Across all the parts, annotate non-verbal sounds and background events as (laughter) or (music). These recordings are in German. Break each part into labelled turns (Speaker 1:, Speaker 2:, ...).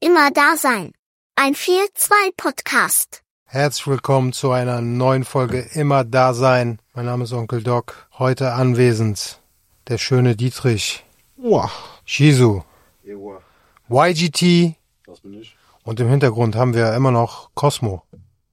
Speaker 1: immer da sein. Ein 4-2 Podcast.
Speaker 2: Herzlich willkommen zu einer neuen Folge Immer da sein. Mein Name ist Onkel Doc. Heute anwesend der schöne Dietrich,
Speaker 3: Uah.
Speaker 2: Shizu,
Speaker 3: Ewa.
Speaker 2: YGT
Speaker 3: Das bin ich.
Speaker 2: und im Hintergrund haben wir immer noch Cosmo.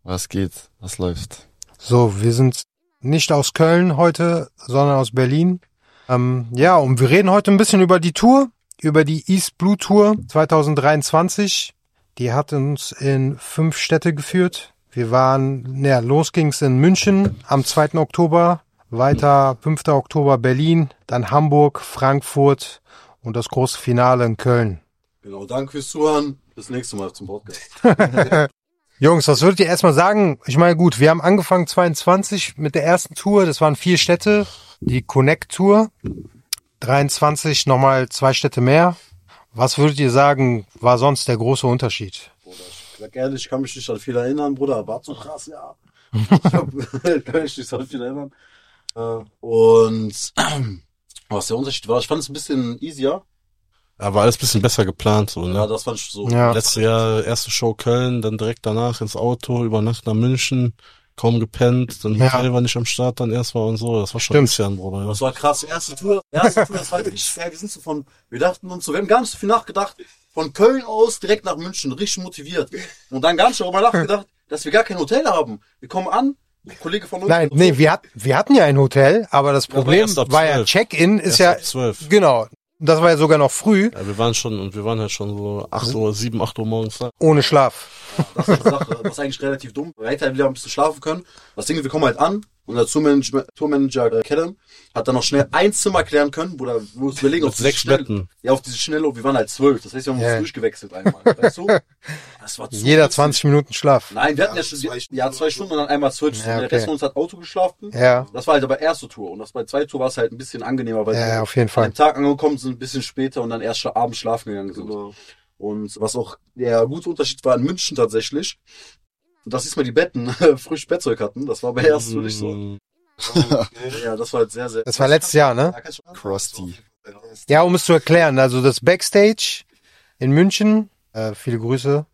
Speaker 4: Was geht? Was läuft?
Speaker 2: So, wir sind nicht aus Köln heute, sondern aus Berlin. Ähm, ja, und wir reden heute ein bisschen über die Tour, über die East Blue Tour 2023. Die hat uns in fünf Städte geführt. Wir waren, naja, los ging's in München am 2. Oktober, weiter 5. Oktober Berlin, dann Hamburg, Frankfurt und das große Finale in Köln.
Speaker 3: Genau, danke fürs Zuhören. Bis nächste Mal zum Podcast.
Speaker 2: Jungs, was würdet ihr erstmal sagen? Ich meine, gut, wir haben angefangen 22 mit der ersten Tour. Das waren vier Städte. Die Connect Tour. 23 nochmal zwei Städte mehr. Was würdet ihr sagen, war sonst der große Unterschied?
Speaker 3: Bruder, ich sag ehrlich, ich kann mich nicht an viel erinnern, Bruder. War zu krass, ja. Ich hab, (laughs) kann mich nicht an viel erinnern. Äh, Und (clears throat) was der Unterschied war, ich fand es ein bisschen easier.
Speaker 5: Aber alles bisschen besser geplant, so,
Speaker 3: Ja,
Speaker 5: ne?
Speaker 3: das fand ich so.
Speaker 2: Ja,
Speaker 5: Letztes Jahr erste Show Köln, dann direkt danach ins Auto, über Nacht nach München, kaum gepennt, dann
Speaker 2: Ja.
Speaker 5: Hotel war nicht am Start dann erstmal und so. Das war schon
Speaker 2: Stimmt.
Speaker 5: bisschen, Bruder.
Speaker 3: Das
Speaker 5: Ja.
Speaker 3: war krass. Erste Tour, erste Tour, das war richtig schwer. Wir sind so von, wir dachten uns so, wir haben gar nicht so viel nachgedacht. Von Köln aus direkt nach München, richtig motiviert. Und dann gar nicht darüber nachgedacht, dass wir gar kein Hotel haben. Wir kommen an, ein Kollege von uns.
Speaker 2: Nein, nee, wir, hat, wir hatten ja ein Hotel, aber das Problem
Speaker 5: erst ab
Speaker 2: war ja
Speaker 5: 12.
Speaker 2: Check-in ist
Speaker 5: Erst
Speaker 2: ja,
Speaker 5: ab 12.
Speaker 2: genau, das war ja sogar noch früh,
Speaker 5: Ja, wir waren schon, und wir waren halt schon so 8 Uhr, 7, 8 Uhr morgens da.
Speaker 2: ohne Schlaf.
Speaker 3: Das ist eine Sache, was eigentlich relativ dumm. Wir hätten halt wieder ein bisschen schlafen können. Das Ding ist, wir kommen halt an und der Tourmanager, Tourmanager äh, Kellen hat dann noch schnell ein Zimmer klären können, Bruder, wir mussten überlegen,
Speaker 5: Mit
Speaker 3: auf diese
Speaker 5: sechs
Speaker 3: schnelle,
Speaker 5: Betten.
Speaker 3: Ja, auf diese schnelle, und wir waren halt zwölf. Das heißt, wir haben uns
Speaker 2: Ja.
Speaker 3: durchgewechselt einmal.
Speaker 2: (laughs)
Speaker 3: Weißt du? Das war zu
Speaker 2: Jeder
Speaker 3: witzig.
Speaker 2: 20 Minuten Schlaf.
Speaker 3: Nein, wir hatten ja, schon, zwei, ja, zwei Stunden und dann einmal zwölf Stunden.
Speaker 2: Ja,
Speaker 3: Der
Speaker 2: okay.
Speaker 3: Rest von uns hat Auto geschlafen.
Speaker 2: Ja.
Speaker 3: Das war halt aber erste Tour. Und das bei zwei Tour war es halt ein bisschen angenehmer, weil
Speaker 2: Ja,
Speaker 3: wir
Speaker 2: ja, auf jeden Fall.
Speaker 3: am Tag angekommen sind, ein bisschen später und dann erst schon abends schlafen gegangen sind. Und was auch der gute Unterschied war in München tatsächlich, dass diesmal die Betten (laughs) frisch Bettzeug hatten. Das war bei der ersten Tour nicht so.
Speaker 5: Mm,
Speaker 3: Ja, das war halt sehr, sehr...
Speaker 2: Das war letztes Jahr, ne?
Speaker 3: Da kannst du schon-
Speaker 4: Krusty.
Speaker 2: Ja, um es zu erklären, also das Backstage in München, äh, viele Grüße,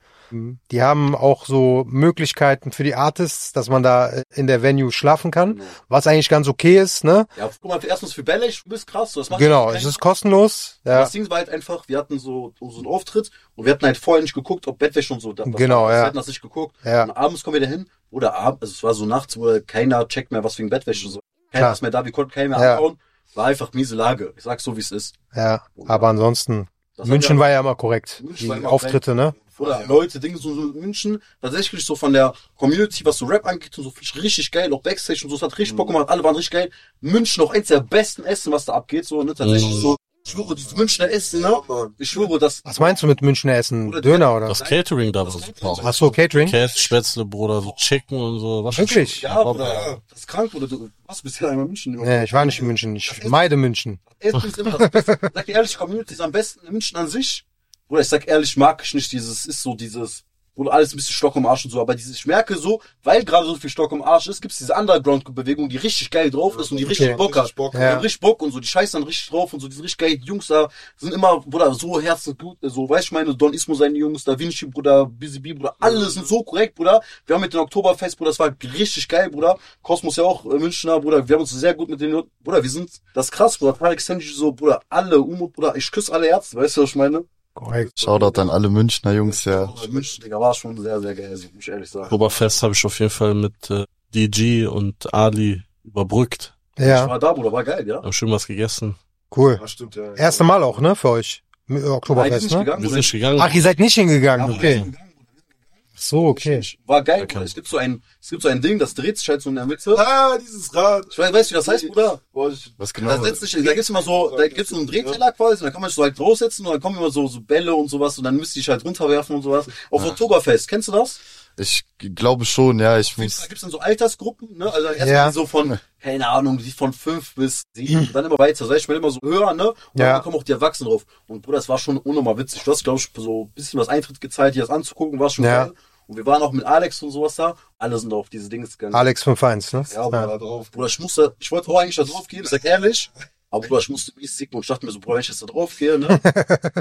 Speaker 2: die haben auch so Möglichkeiten für die Artists, dass man da äh, in der Venue schlafen kann, was eigentlich ganz okay ist, ne?
Speaker 3: Ja, guck mal, erstens für Bellisch, du bist krass. So, das macht
Speaker 2: Genau,
Speaker 3: keinen
Speaker 2: es ist kostenlos, ja.
Speaker 3: Das Ding war halt einfach, wir hatten so, so einen Auftritt und wir hatten halt vorher nicht geguckt, ob Bettwäsche und so da was
Speaker 2: Genau,
Speaker 3: war. Wir
Speaker 2: ja.
Speaker 3: hatten das nicht geguckt.
Speaker 2: Ja.
Speaker 3: Und abends kommen wir da hin oder abends, also es war so nachts, wo keiner checkt mehr, was wegen Bettwäsche und so. Keiner
Speaker 2: Klar.
Speaker 3: ist mehr da, wir konnten keinen mehr
Speaker 2: Ja.
Speaker 3: anbauen. War einfach miese Lage. Ich sag's so, wie es ist.
Speaker 2: ja. Aber ansonsten,
Speaker 3: Das
Speaker 2: München
Speaker 3: haben
Speaker 2: war ja immer korrekt,
Speaker 3: München
Speaker 2: die
Speaker 3: war immer
Speaker 2: Auftritte, ne?
Speaker 3: wir, Oder Leute, Dinge so, so in München, tatsächlich so von der Community, was so Rap angeht und so, finde ich richtig geil, auch Backstage und so, es hat
Speaker 2: Mhm.
Speaker 3: richtig Bock gemacht, alle waren richtig geil. München auch eins der besten Essen, was da abgeht, so, ne, tatsächlich
Speaker 5: Mhm.
Speaker 3: so. Ich schwöre, dieses Münchner Essen, ne? Ich schwöre, das
Speaker 2: Was meinst du mit Münchner Essen? Döner oder?
Speaker 5: Das Catering da war super.
Speaker 2: Ach so, Catering?
Speaker 5: Käse, Spätzle, Bruder, so Chicken und so. War schon
Speaker 2: Wirklich?
Speaker 3: Ja, Bruder, das ist krank, Bruder. Du warst bisher einmal in München. Junge.
Speaker 2: Nee, ich war nicht in München, ich meide München.
Speaker 3: Essen ist immer das Beste. Sag dir ehrlich, Community ist am besten in München an sich. Bruder, ich sag ehrlich, mag ich nicht dieses, ist so dieses, Bruder, alles ein bisschen Stock im Arsch und so. Aber dieses, ich merke so, weil gerade so viel Stock im Arsch ist, gibt's diese Underground-Bewegung, die richtig geil drauf ist und die richtig
Speaker 2: Okay.
Speaker 3: Bock hat.
Speaker 2: Bock,
Speaker 3: Die
Speaker 2: ja.
Speaker 3: haben richtig Bock und so, die scheißen dann richtig drauf und so, die sind richtig geil. Die Jungs da sind immer, Bruder, so herzensgut, äh, so, weißt du, ich meine, Don Ismo seine Jungs, Da Vinci, Bruder, Busy B, Bruder, alle sind so korrekt, Bruder. Wir haben mit dem Oktoberfest, Bruder, das war richtig geil, Bruder. Kosmos ja auch, äh, Münchner, Bruder, wir haben uns sehr gut mit den Leuten, Bruder, wir sind, das ist krass, Bruder, Tarek Sanji, so, Bruder, alle, Umut, Bruder, ich küsse alle Ärzte, weißt du, was ich meine?
Speaker 2: Korrekt.
Speaker 4: Shoutout an alle Münchner Jungs, ja.
Speaker 3: Bruder, München, Digga, war schon sehr, sehr geil, so, muss ich ehrlich sagen.
Speaker 5: Oktoberfest habe ich auf jeden Fall mit äh, DG und Ali überbrückt.
Speaker 3: Ich
Speaker 2: Ja,
Speaker 3: war da, Bruder, war geil, ja?
Speaker 5: Haben schön was gegessen.
Speaker 2: cool.
Speaker 3: stimmt, ja.
Speaker 2: Erste Mal auch, ne, für euch? Im Oktoberfest, ne?
Speaker 5: Wir sind nicht gegangen.
Speaker 2: Ach, ihr seid nicht hingegangen,
Speaker 3: Ja,
Speaker 2: okay. Ach so, okay.
Speaker 3: War geil,
Speaker 5: Okay.
Speaker 3: Bruder. Es gibt so ein, es gibt so ein Ding, das dreht sich halt so in der Mitte.
Speaker 6: Ah, dieses Rad.
Speaker 3: Ich weiß, weißt du, wie das heißt, Bruder?
Speaker 4: Was
Speaker 3: Da
Speaker 4: genau?
Speaker 3: setzt sich, da gibt's immer so, da gibt's so einen Drehteller quasi, und da kann man sich so halt draufsetzen und dann kommen immer so, so Bälle und sowas und dann müsst ihr dich halt runterwerfen und sowas. Auf Oktoberfest, kennst du das?
Speaker 4: Ich glaube schon, ja, ich
Speaker 3: Da
Speaker 4: muss.
Speaker 3: gibt's dann so Altersgruppen, ne? Also erstmal
Speaker 2: Ja. Mhm.
Speaker 3: so von, keine Ahnung, die von fünf bis sieben, dann immer weiter, sag ich mal, immer so höher, ne? Und
Speaker 2: Ja.
Speaker 3: dann kommen auch die Erwachsenen drauf. Und Bruder, das war schon unnormal witzig. Du hast, glaube ich, so ein bisschen was Eintritt gezahlt, dir das anzugucken, war schon
Speaker 2: Ja.
Speaker 3: geil. Und wir waren auch mit Alex und sowas da. Alle sind auf diese Dings gegangen.
Speaker 2: Alex 51, ne?
Speaker 3: Ja, Bruder, drauf. Bruder, ich musste, ich wollte auch eigentlich da drauf gehen, ich sag ehrlich. Aber Bruder, ich musste mies sicken und ich dachte mir so, Bruder, wenn ich jetzt da drauf gehe,
Speaker 2: (laughs)
Speaker 3: ne?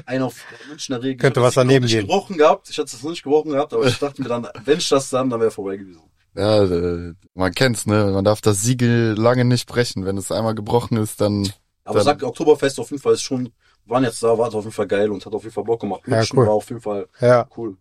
Speaker 3: Einer auf Münchner Regel.
Speaker 2: Könnte was
Speaker 3: Ich hab
Speaker 2: daneben
Speaker 3: nicht
Speaker 2: gehen.
Speaker 3: gerochen gehabt. Ich hatte das noch nicht gerochen gehabt, aber ich dachte mir dann, wenn ich das dann, dann wäre vorbei gewesen.
Speaker 4: Ja, äh, man kennt's, ne? Man darf das Siegel lange nicht brechen. Wenn es einmal gebrochen ist, dann
Speaker 3: Aber
Speaker 4: Dann-
Speaker 3: sagt Oktoberfest auf jeden Fall ist schon, waren jetzt da, war auf jeden Fall geil und hat auf jeden Fall Bock gemacht.
Speaker 2: Ja,
Speaker 3: München
Speaker 2: cool.
Speaker 3: war auf jeden Fall
Speaker 2: Ja.
Speaker 3: cool.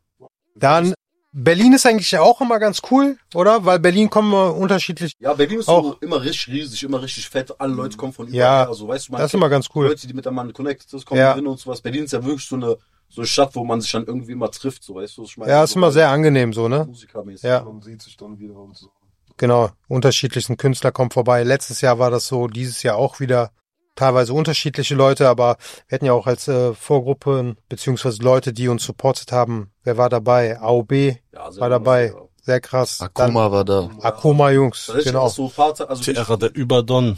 Speaker 2: Dann Berlin ist eigentlich auch immer ganz cool, oder? Weil Berlin kommen wir unterschiedlich.
Speaker 3: Ja, Berlin ist
Speaker 2: Auch. Mhm.
Speaker 3: so immer richtig riesig, immer richtig fett. Alle Leute kommen von überall.
Speaker 2: Ja,
Speaker 3: her. also weißt du, man
Speaker 2: Das ist
Speaker 3: kennt
Speaker 2: immer ganz cool.
Speaker 3: Leute, die miteinander connected sind, kommen
Speaker 2: Ja.
Speaker 3: hin und sowas. Berlin ist ja wirklich so eine, so eine Stadt, wo man sich dann irgendwie immer trifft, so weißt du, was ich meine?
Speaker 2: Ja, ist
Speaker 3: So
Speaker 2: immer sehr angenehm so, ne?
Speaker 3: Musikermäßig.
Speaker 2: Ja.
Speaker 6: Man sieht sich dann wieder und so.
Speaker 2: Genau, unterschiedlichsten Künstler kommen vorbei. Letztes Jahr war das so, dieses Jahr auch wieder teilweise unterschiedliche Leute, aber wir hatten ja auch als äh, Vorgruppen beziehungsweise Leute, die uns supportet haben. Wer war dabei? AOB
Speaker 3: Ja, also sehr
Speaker 2: war
Speaker 3: krass,
Speaker 2: dabei.
Speaker 3: Ja.
Speaker 2: Sehr krass.
Speaker 4: Akuma war da. (laughs)
Speaker 2: Dann Akuma Jungs,
Speaker 3: Das ist genau.
Speaker 2: genau.
Speaker 3: so Vater, also nicht,
Speaker 5: Tierra der Überdon.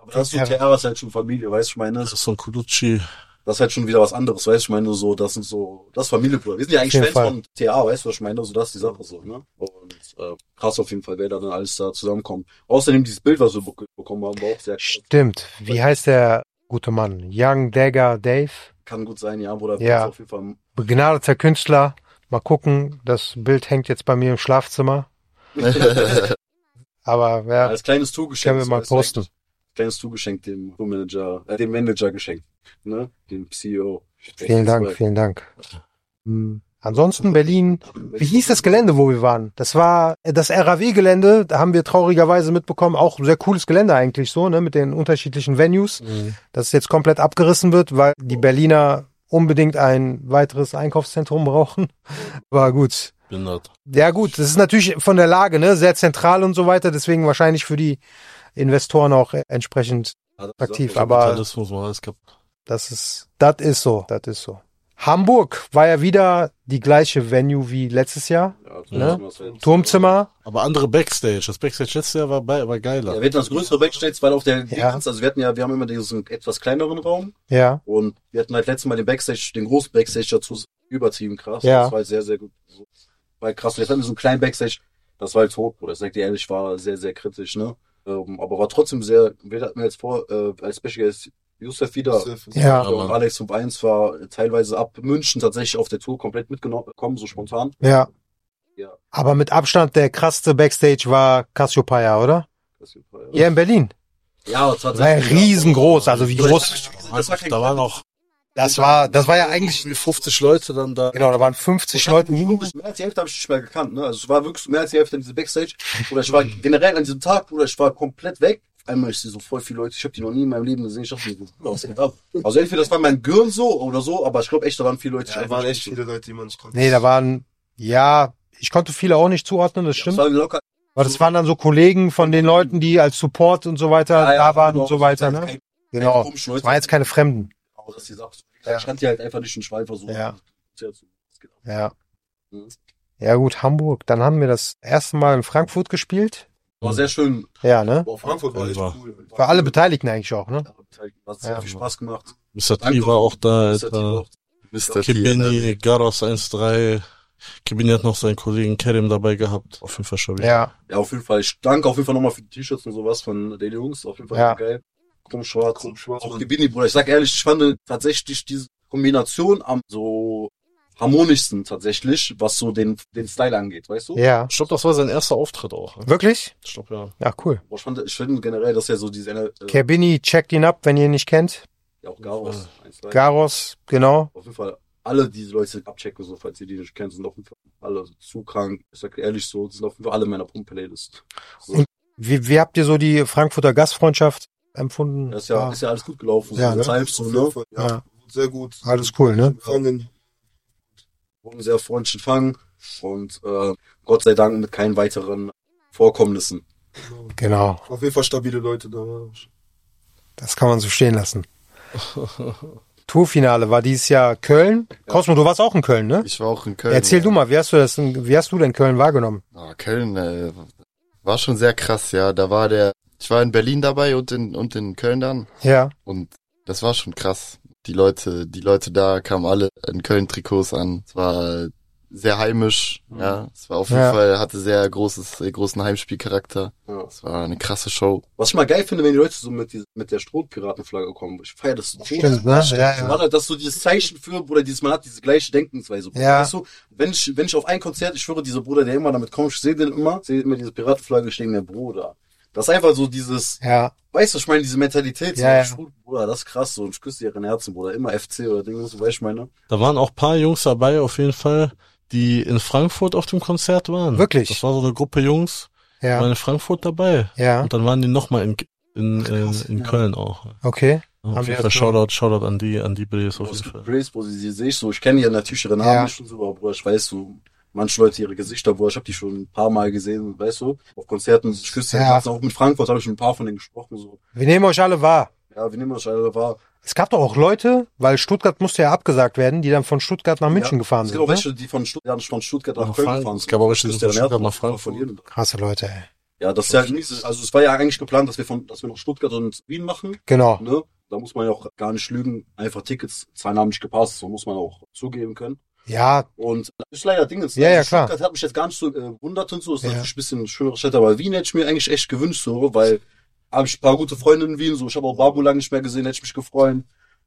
Speaker 3: aber das ist so
Speaker 2: Ja.
Speaker 3: Terra ist halt schon Familie, weißt du, ich meine, das
Speaker 5: Das ist so ein Colucci.
Speaker 3: das ist halt schon wieder was anderes, weißt du, ich meine, so, das sind so, das ist Familie, Bruder. Wir sind ja eigentlich
Speaker 2: jeden
Speaker 3: Fans
Speaker 2: Fall.
Speaker 3: von TA, weißt du, was ich meine, so, das ist die Sache, so, ne? Und, äh, krass auf jeden Fall, wer da dann alles da zusammenkommt. Außerdem dieses Bild, was wir bek- bekommen haben, war auch sehr krass.
Speaker 2: Stimmt. Wie heißt der gute Mann? Young Dagger Dave.
Speaker 3: Kann gut sein, ja, Bruder.
Speaker 2: Ja.
Speaker 3: ist Auf jeden Fall,
Speaker 2: Begnadeter Künstler. Mal gucken. Das Bild hängt jetzt bei mir im Schlafzimmer. aber ja,
Speaker 3: als kleines Zugeschenk.
Speaker 2: können wir
Speaker 3: so,
Speaker 2: mal
Speaker 3: weißt du, eigentlich.
Speaker 2: posten.
Speaker 3: kleines Zugeschenk dem Manager, äh, dem Manager geschenkt, ne? Dem CEO.
Speaker 2: Vielen Dank, vielen Dank. Hm, Ansonsten Berlin. Wie hieß das Gelände, wo wir waren? Das war äh, das RAW-Gelände. Da haben wir traurigerweise mitbekommen, auch ein sehr cooles Gelände eigentlich so, ne, mit den unterschiedlichen Venues, dass es jetzt komplett abgerissen wird, weil die Berliner unbedingt ein weiteres Einkaufszentrum brauchen. (laughs) Aber gut.
Speaker 5: Behindert.
Speaker 2: Ja gut, das ist natürlich von der Lage, ne, sehr zentral und so weiter, deswegen wahrscheinlich für die Investoren auch äh, entsprechend attraktiv, aber-
Speaker 5: Kapitalismus war alles kaputt.
Speaker 2: Das ist, das ist so, das ist so. Hamburg war ja wieder die gleiche Venue wie letztes Jahr.
Speaker 3: Ja, also
Speaker 2: Ne?
Speaker 3: Turmzimmer.
Speaker 2: Turmzimmer,
Speaker 5: Aber andere Backstage. Das Backstage letztes Jahr war, bei- war geiler.
Speaker 3: Ja, wir hatten das größere Backstage, weil auf der
Speaker 2: Ja.
Speaker 3: Dingens, also wir hatten ja, wir haben immer diesen etwas kleineren Raum
Speaker 2: ja.
Speaker 3: und wir hatten halt letztes Mal den Backstage, den großen Backstage dazu übertrieben krass.
Speaker 2: Ja.
Speaker 3: Das war halt sehr, sehr gut. So, War halt krass. Und jetzt hatten wir so einen kleinen Backstage, das war halt tot, Bruder. Ich sag dir ehrlich, war sehr, sehr kritisch, ne? Ähm, aber war trotzdem sehr, wir hatten jetzt vor, äh, als Special Guest Yusuf wieder.
Speaker 2: Ja.
Speaker 3: Ja, und Alex 51 war teilweise ab München tatsächlich auf der Tour komplett mitgenommen, so spontan.
Speaker 2: Ja.
Speaker 3: Ja.
Speaker 2: Aber mit Abstand der krasseste Backstage war Cassiopeia, oder?
Speaker 3: Das ist super,
Speaker 2: Ja, in Berlin.
Speaker 3: ja
Speaker 2: Das war ja
Speaker 3: tatsächlich.
Speaker 2: riesengroß, also wie
Speaker 3: Das
Speaker 2: groß.
Speaker 3: Das war kein
Speaker 5: da waren auch
Speaker 2: Das war, das war ja eigentlich,
Speaker 5: irgendwie 50 Leute dann da.
Speaker 2: genau, da waren 50 Leute.
Speaker 3: Mehr als die Hälfte habe ich nicht mehr gekannt, ne? Also es war wirklich so mehr als die Hälfte in diese Backstage. Oder ich war generell an diesem Tag, oder ich war komplett weg. Auf Einmal ich sehe so voll viele Leute, ich habe die noch nie in meinem Leben gesehen. Ich dachte mir, so, was geht ab? Also entweder das war mein Gehirn so oder so, aber ich glaube echt, da waren viele Leute. die ich
Speaker 6: Da
Speaker 3: einfach
Speaker 6: waren
Speaker 3: nicht
Speaker 6: echt
Speaker 3: gesehen
Speaker 6: viele Leute, die man nicht konnte.
Speaker 2: Nee, da waren, ja, ich konnte viele auch nicht zuordnen, das
Speaker 3: habe.
Speaker 2: stimmt.
Speaker 3: Es war locker.
Speaker 2: Aber das waren dann so Kollegen von den Leuten, die als Support und so weiter da
Speaker 3: genau.
Speaker 2: waren und so weiter, ne? Genau. Das waren jetzt keine Fremden.
Speaker 3: Genau, Das ist die Sache.
Speaker 2: Ja.
Speaker 3: Ich kannte die halt einfach nicht in Schwein versuchen.
Speaker 2: Ja.
Speaker 3: Das geht ab.
Speaker 2: Ja.
Speaker 3: Mhm.
Speaker 2: Ja gut, Hamburg. Dann haben wir das erste Mal in Frankfurt gespielt.
Speaker 3: War sehr schön.
Speaker 2: Ja, ne?
Speaker 6: Boah, Frankfurt war echt
Speaker 5: Ja, war-
Speaker 6: cool.
Speaker 2: Für alle Beteiligten eigentlich auch, ne?
Speaker 3: Hat sehr
Speaker 2: Ja.
Speaker 3: viel Spaß gemacht.
Speaker 5: Mr. T
Speaker 3: Danke.
Speaker 5: war auch da.
Speaker 3: Das hat die
Speaker 5: Etwa.
Speaker 3: auch-
Speaker 4: Mr. T.
Speaker 5: Kibini, Garos 1.3. Kibini hat noch seinen Kollegen Kerim dabei gehabt. Auf jeden Fall schon wieder.
Speaker 2: Ja.
Speaker 3: Ja, auf jeden Fall. Ich danke auf jeden Fall nochmal für die T-Shirts und sowas von den Jungs. Auf jeden Fall
Speaker 2: Ja.
Speaker 3: geil. Krumm schwarz.
Speaker 6: Krumm schwarz
Speaker 3: Auch
Speaker 6: und-
Speaker 3: Gebini, Bruder. Ich sag ehrlich, ich fand tatsächlich diese Kombination am so harmonischsten tatsächlich, was so den, den Style angeht, weißt du?
Speaker 2: Ja.
Speaker 5: Ich glaube, das war sein erster Auftritt auch. ne?
Speaker 2: Wirklich?
Speaker 5: Ich glaube, ja.
Speaker 2: Ja, cool.
Speaker 3: Boah, Ich, fand, ich finde generell, dass ja so diese, äh,
Speaker 2: Kerbini, checkt ihn ab, wenn ihr ihn nicht kennt.
Speaker 3: ja auch Garos. eins, drei.
Speaker 2: Garos, genau.
Speaker 3: Auf jeden Fall alle diese Leute abchecken, so, falls ihr die nicht kennt, sind auf jeden Fall alle zu krank. Ich sag ehrlich so, sind auf jeden Fall alle in meiner Pump-Playlist. So.
Speaker 2: Und Wie, wie habt ihr so die Frankfurter Gastfreundschaft empfunden?
Speaker 3: Das ist ja,
Speaker 2: Ah,
Speaker 3: ist ja alles gut gelaufen.
Speaker 2: Ja,
Speaker 3: Ja,
Speaker 2: ne?
Speaker 3: ne? Zeit, so, ne?
Speaker 6: Ja,
Speaker 2: Ja.
Speaker 6: sehr gut.
Speaker 2: Alles cool, ne?
Speaker 6: Empfangen.
Speaker 3: Wurden sehr freundlich empfangen und äh, Gott sei Dank mit keinen weiteren Vorkommnissen.
Speaker 2: Genau.
Speaker 6: Auf jeden Fall stabile Leute da.
Speaker 2: Das kann man so stehen lassen. Tourfinale war dieses Jahr Köln. Cosmo, du warst auch in Köln, ne?
Speaker 4: Ich war auch in Köln.
Speaker 2: Erzähl du mal, wie hast du das, denn- wie hast du denn Köln wahrgenommen?
Speaker 4: Ah, Köln äh, war schon sehr krass, ja. Da war der. Ich war in Berlin dabei und in, und in Köln dann.
Speaker 2: Ja.
Speaker 4: Und das war schon krass. Die Leute, die Leute da kamen alle in Köln-Trikots an. Es war sehr heimisch.
Speaker 3: Mhm.
Speaker 4: Ja, es war auf jeden
Speaker 2: Ja.
Speaker 4: Fall, hatte sehr großes, sehr großen Heimspielcharakter.
Speaker 3: Ja.
Speaker 4: Es war eine krasse Show.
Speaker 3: Was ich mal geil finde, wenn die Leute so mit, diese- mit der Strohpiratenflagge kommen. Ich feier das so.
Speaker 2: Stimmt, ne? Ja, ja.
Speaker 3: Warte, das ist so dieses Zeichen für, Bruder, dieses Mal hat diese gleiche Denkensweise. Bruder.
Speaker 2: Ja.
Speaker 3: Weißt du, wenn ich, wenn ich auf ein Konzert, ich schwöre, dieser Bruder, der immer damit kommt, ich sehe den immer, sehe immer diese Piratenflagge stehen, der Bruder. Das ist einfach so dieses,
Speaker 2: Ja,
Speaker 3: weißt du, ich meine, diese Mentalität,
Speaker 2: Ja, ja.
Speaker 3: so, ja. Bruder, das ist krass, so, und ich küsse ihren Herzen, Bruder, immer FC oder Dinge, so, weißt du, ich meine.
Speaker 5: Da waren auch paar Jungs dabei, auf jeden Fall, die in Frankfurt auf dem Konzert waren.
Speaker 2: Wirklich?
Speaker 5: Das war so eine Gruppe Jungs, die waren
Speaker 2: ja,
Speaker 5: in Frankfurt dabei.
Speaker 2: ja.
Speaker 5: Und dann waren die nochmal in, in, in, in Köln auch.
Speaker 2: Okay. Haben
Speaker 5: Auf
Speaker 2: die
Speaker 5: jeden Fall
Speaker 2: das
Speaker 5: Shoutout, Shoutout an die, an die Billies auf
Speaker 3: Es
Speaker 5: jeden
Speaker 3: gibt
Speaker 5: Fall.
Speaker 3: Grace, wo sie, sie sehe ich so, ich kenne ja natürlich ihre Namen
Speaker 2: Ja.
Speaker 3: nicht und so, aber Bruder, ich weiß so, manche Leute ihre Gesichter, Bruder, ich habe die schon ein paar Mal gesehen, weißt du, auf Konzerten, ich küsse ihren
Speaker 2: Ja.
Speaker 3: Herzen, auch mit Frankfurt habe ich schon ein paar von denen gesprochen, so.
Speaker 2: Wir nehmen euch alle wahr.
Speaker 3: Ja, wir nehmen das Also, alle wahr.
Speaker 2: Es gab doch auch Leute, weil Stuttgart musste ja abgesagt werden, die dann von Stuttgart nach München
Speaker 3: Ja,
Speaker 2: gefahren
Speaker 3: Es
Speaker 2: sind.
Speaker 3: gibt auch
Speaker 2: Ne?
Speaker 3: welche, die von Stuttgart, von Stuttgart nach
Speaker 5: Nach
Speaker 3: Köln
Speaker 5: Frank-
Speaker 3: gefahren
Speaker 5: es gab auch welche, die
Speaker 3: Das ist
Speaker 5: von
Speaker 3: der
Speaker 5: Stuttgart
Speaker 3: Nerv-
Speaker 5: nach Frankfurt.
Speaker 3: von jedem.
Speaker 2: Krasse Leute, ey.
Speaker 3: Ja, das ist ja nichts. Also es war ja eigentlich geplant, dass wir von, dass wir noch Stuttgart und Wien machen.
Speaker 2: Genau.
Speaker 3: Ne? Da muss man ja auch gar nicht lügen. Einfach Tickets, zwei haben nicht gepasst. So muss man auch zugeben können.
Speaker 2: Ja,
Speaker 3: Und das ist leider Dingens.
Speaker 2: Ja, ja, klar.
Speaker 3: Stuttgart hat mich jetzt gar nicht so äh, gewundert und so. Ist
Speaker 2: Ja.
Speaker 3: natürlich ein bisschen schönere Stadt, aber Wien hätte ich mir eigentlich echt gewünscht, so, weil habe ich ein paar gute Freunde in Wien. So, ich habe auch Babu lange nicht mehr gesehen, hätte ich mich gefreut.